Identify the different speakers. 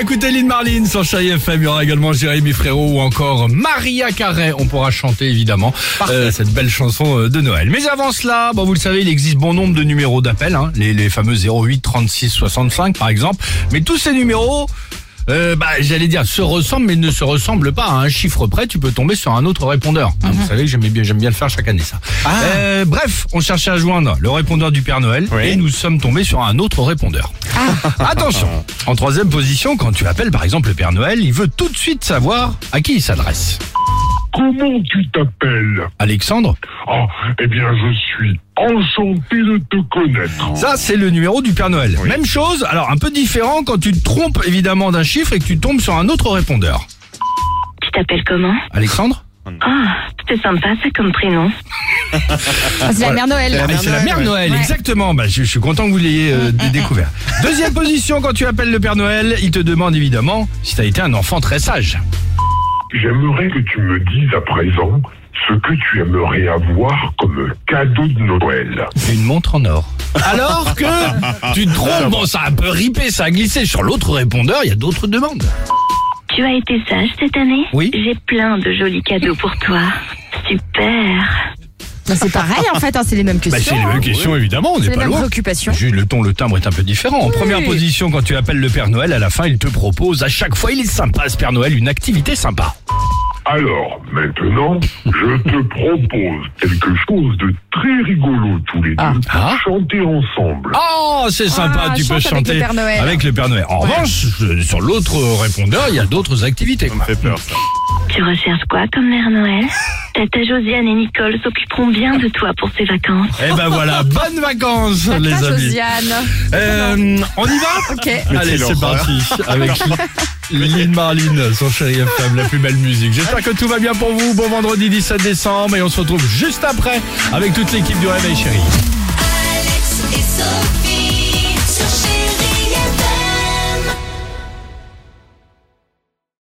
Speaker 1: écouter Lynn Marlin sur Chai FM. Il y aura également Jérémy Frérot ou encore Maria Carré. On pourra chanter évidemment euh, cette belle chanson euh, de Noël. Mais avant cela, bon, vous le savez, il existe bon nombre de numéros d'appel, hein, les, les fameux 08 36 65 par exemple. Mais tous ces numéros... euh, bah, j'allais dire, se ressemblent mais ne se ressemblent pas. À un chiffre près, tu peux tomber sur un autre répondeur. Hein, vous savez, j'aime bien, j'aime bien le faire chaque année, ça. Euh, bref, on cherchait à joindre le répondeur du Père Noël
Speaker 2: Oui.
Speaker 1: et nous sommes tombés sur un autre répondeur. Attention En troisième position, quand tu appelles par exemple le Père Noël, il veut tout de suite savoir à qui il s'adresse.
Speaker 3: Comment tu t'appelles
Speaker 1: Alexandre
Speaker 3: Ah, eh bien, je suis enchanté de te connaître.
Speaker 1: Ça, c'est le numéro du Père Noël. Même chose, alors un peu différent quand tu te trompes évidemment d'un chiffre et que tu tombes sur un autre répondeur.
Speaker 4: Tu t'appelles comment
Speaker 1: Alexandre
Speaker 4: Ah, c'était sympa ça comme prénom.
Speaker 5: Ah, c'est la mère Noël.
Speaker 1: Ah, C'est la mère Noël,
Speaker 5: Ouais.
Speaker 1: exactement. Bah, je, je suis content que vous l'ayez euh, dé- découvert. Deuxième position, quand tu appelles le Père Noël, il te demande évidemment si tu as été un enfant très sage.
Speaker 3: J'aimerais que tu me dises à présent ce que tu aimerais avoir comme cadeau de Noël.
Speaker 1: Une montre en or. Alors que tu te trompes, bon, ça a un peu ripé, ça a glissé sur l'autre répondeur, il y a d'autres demandes.
Speaker 4: Tu as été sage cette année
Speaker 1: Oui.
Speaker 4: J'ai plein de jolis cadeaux pour toi. Super.
Speaker 5: Bah, C'est pareil en fait, hein, c'est les mêmes
Speaker 1: Bah,
Speaker 5: questions.
Speaker 1: c'est la
Speaker 5: hein.
Speaker 1: même question, évidemment, on n'est
Speaker 5: C'est les
Speaker 1: pas
Speaker 5: mêmes
Speaker 1: loin.
Speaker 5: préoccupations.
Speaker 1: Juste le ton, le timbre est un peu différent. En première position, quand tu appelles le Père Noël, à la fin, il te propose, à chaque fois, il est sympa, ce Père Noël, une activité sympa.
Speaker 3: Alors, maintenant, je te propose quelque chose de très rigolo tous les deux.
Speaker 1: Ah.
Speaker 3: Chanter ensemble.
Speaker 1: Oh, c'est sympa,
Speaker 5: Ah,
Speaker 1: tu peux
Speaker 5: chante avec
Speaker 1: chanter
Speaker 5: le Père Noël.
Speaker 1: avec le Père Noël. En revanche, euh, sur l'autre répondeur, il y a d'autres activités. quoi.
Speaker 4: Tu recherches quoi comme mère Noël Tata Josiane et Nicole s'occuperont bien de toi pour ces vacances.
Speaker 1: Eh ben voilà, bonnes vacances, les
Speaker 5: Tata
Speaker 1: amis.
Speaker 5: Josiane.
Speaker 1: Euh, on y va
Speaker 5: Ok.
Speaker 1: Allez, c'est parti avec Lynn Marlin sur Chéri FM, la plus belle musique. J'espère que tout va bien pour vous. Bon vendredi 17 décembre et on se retrouve juste après avec toute l'équipe du Réveil Chéri.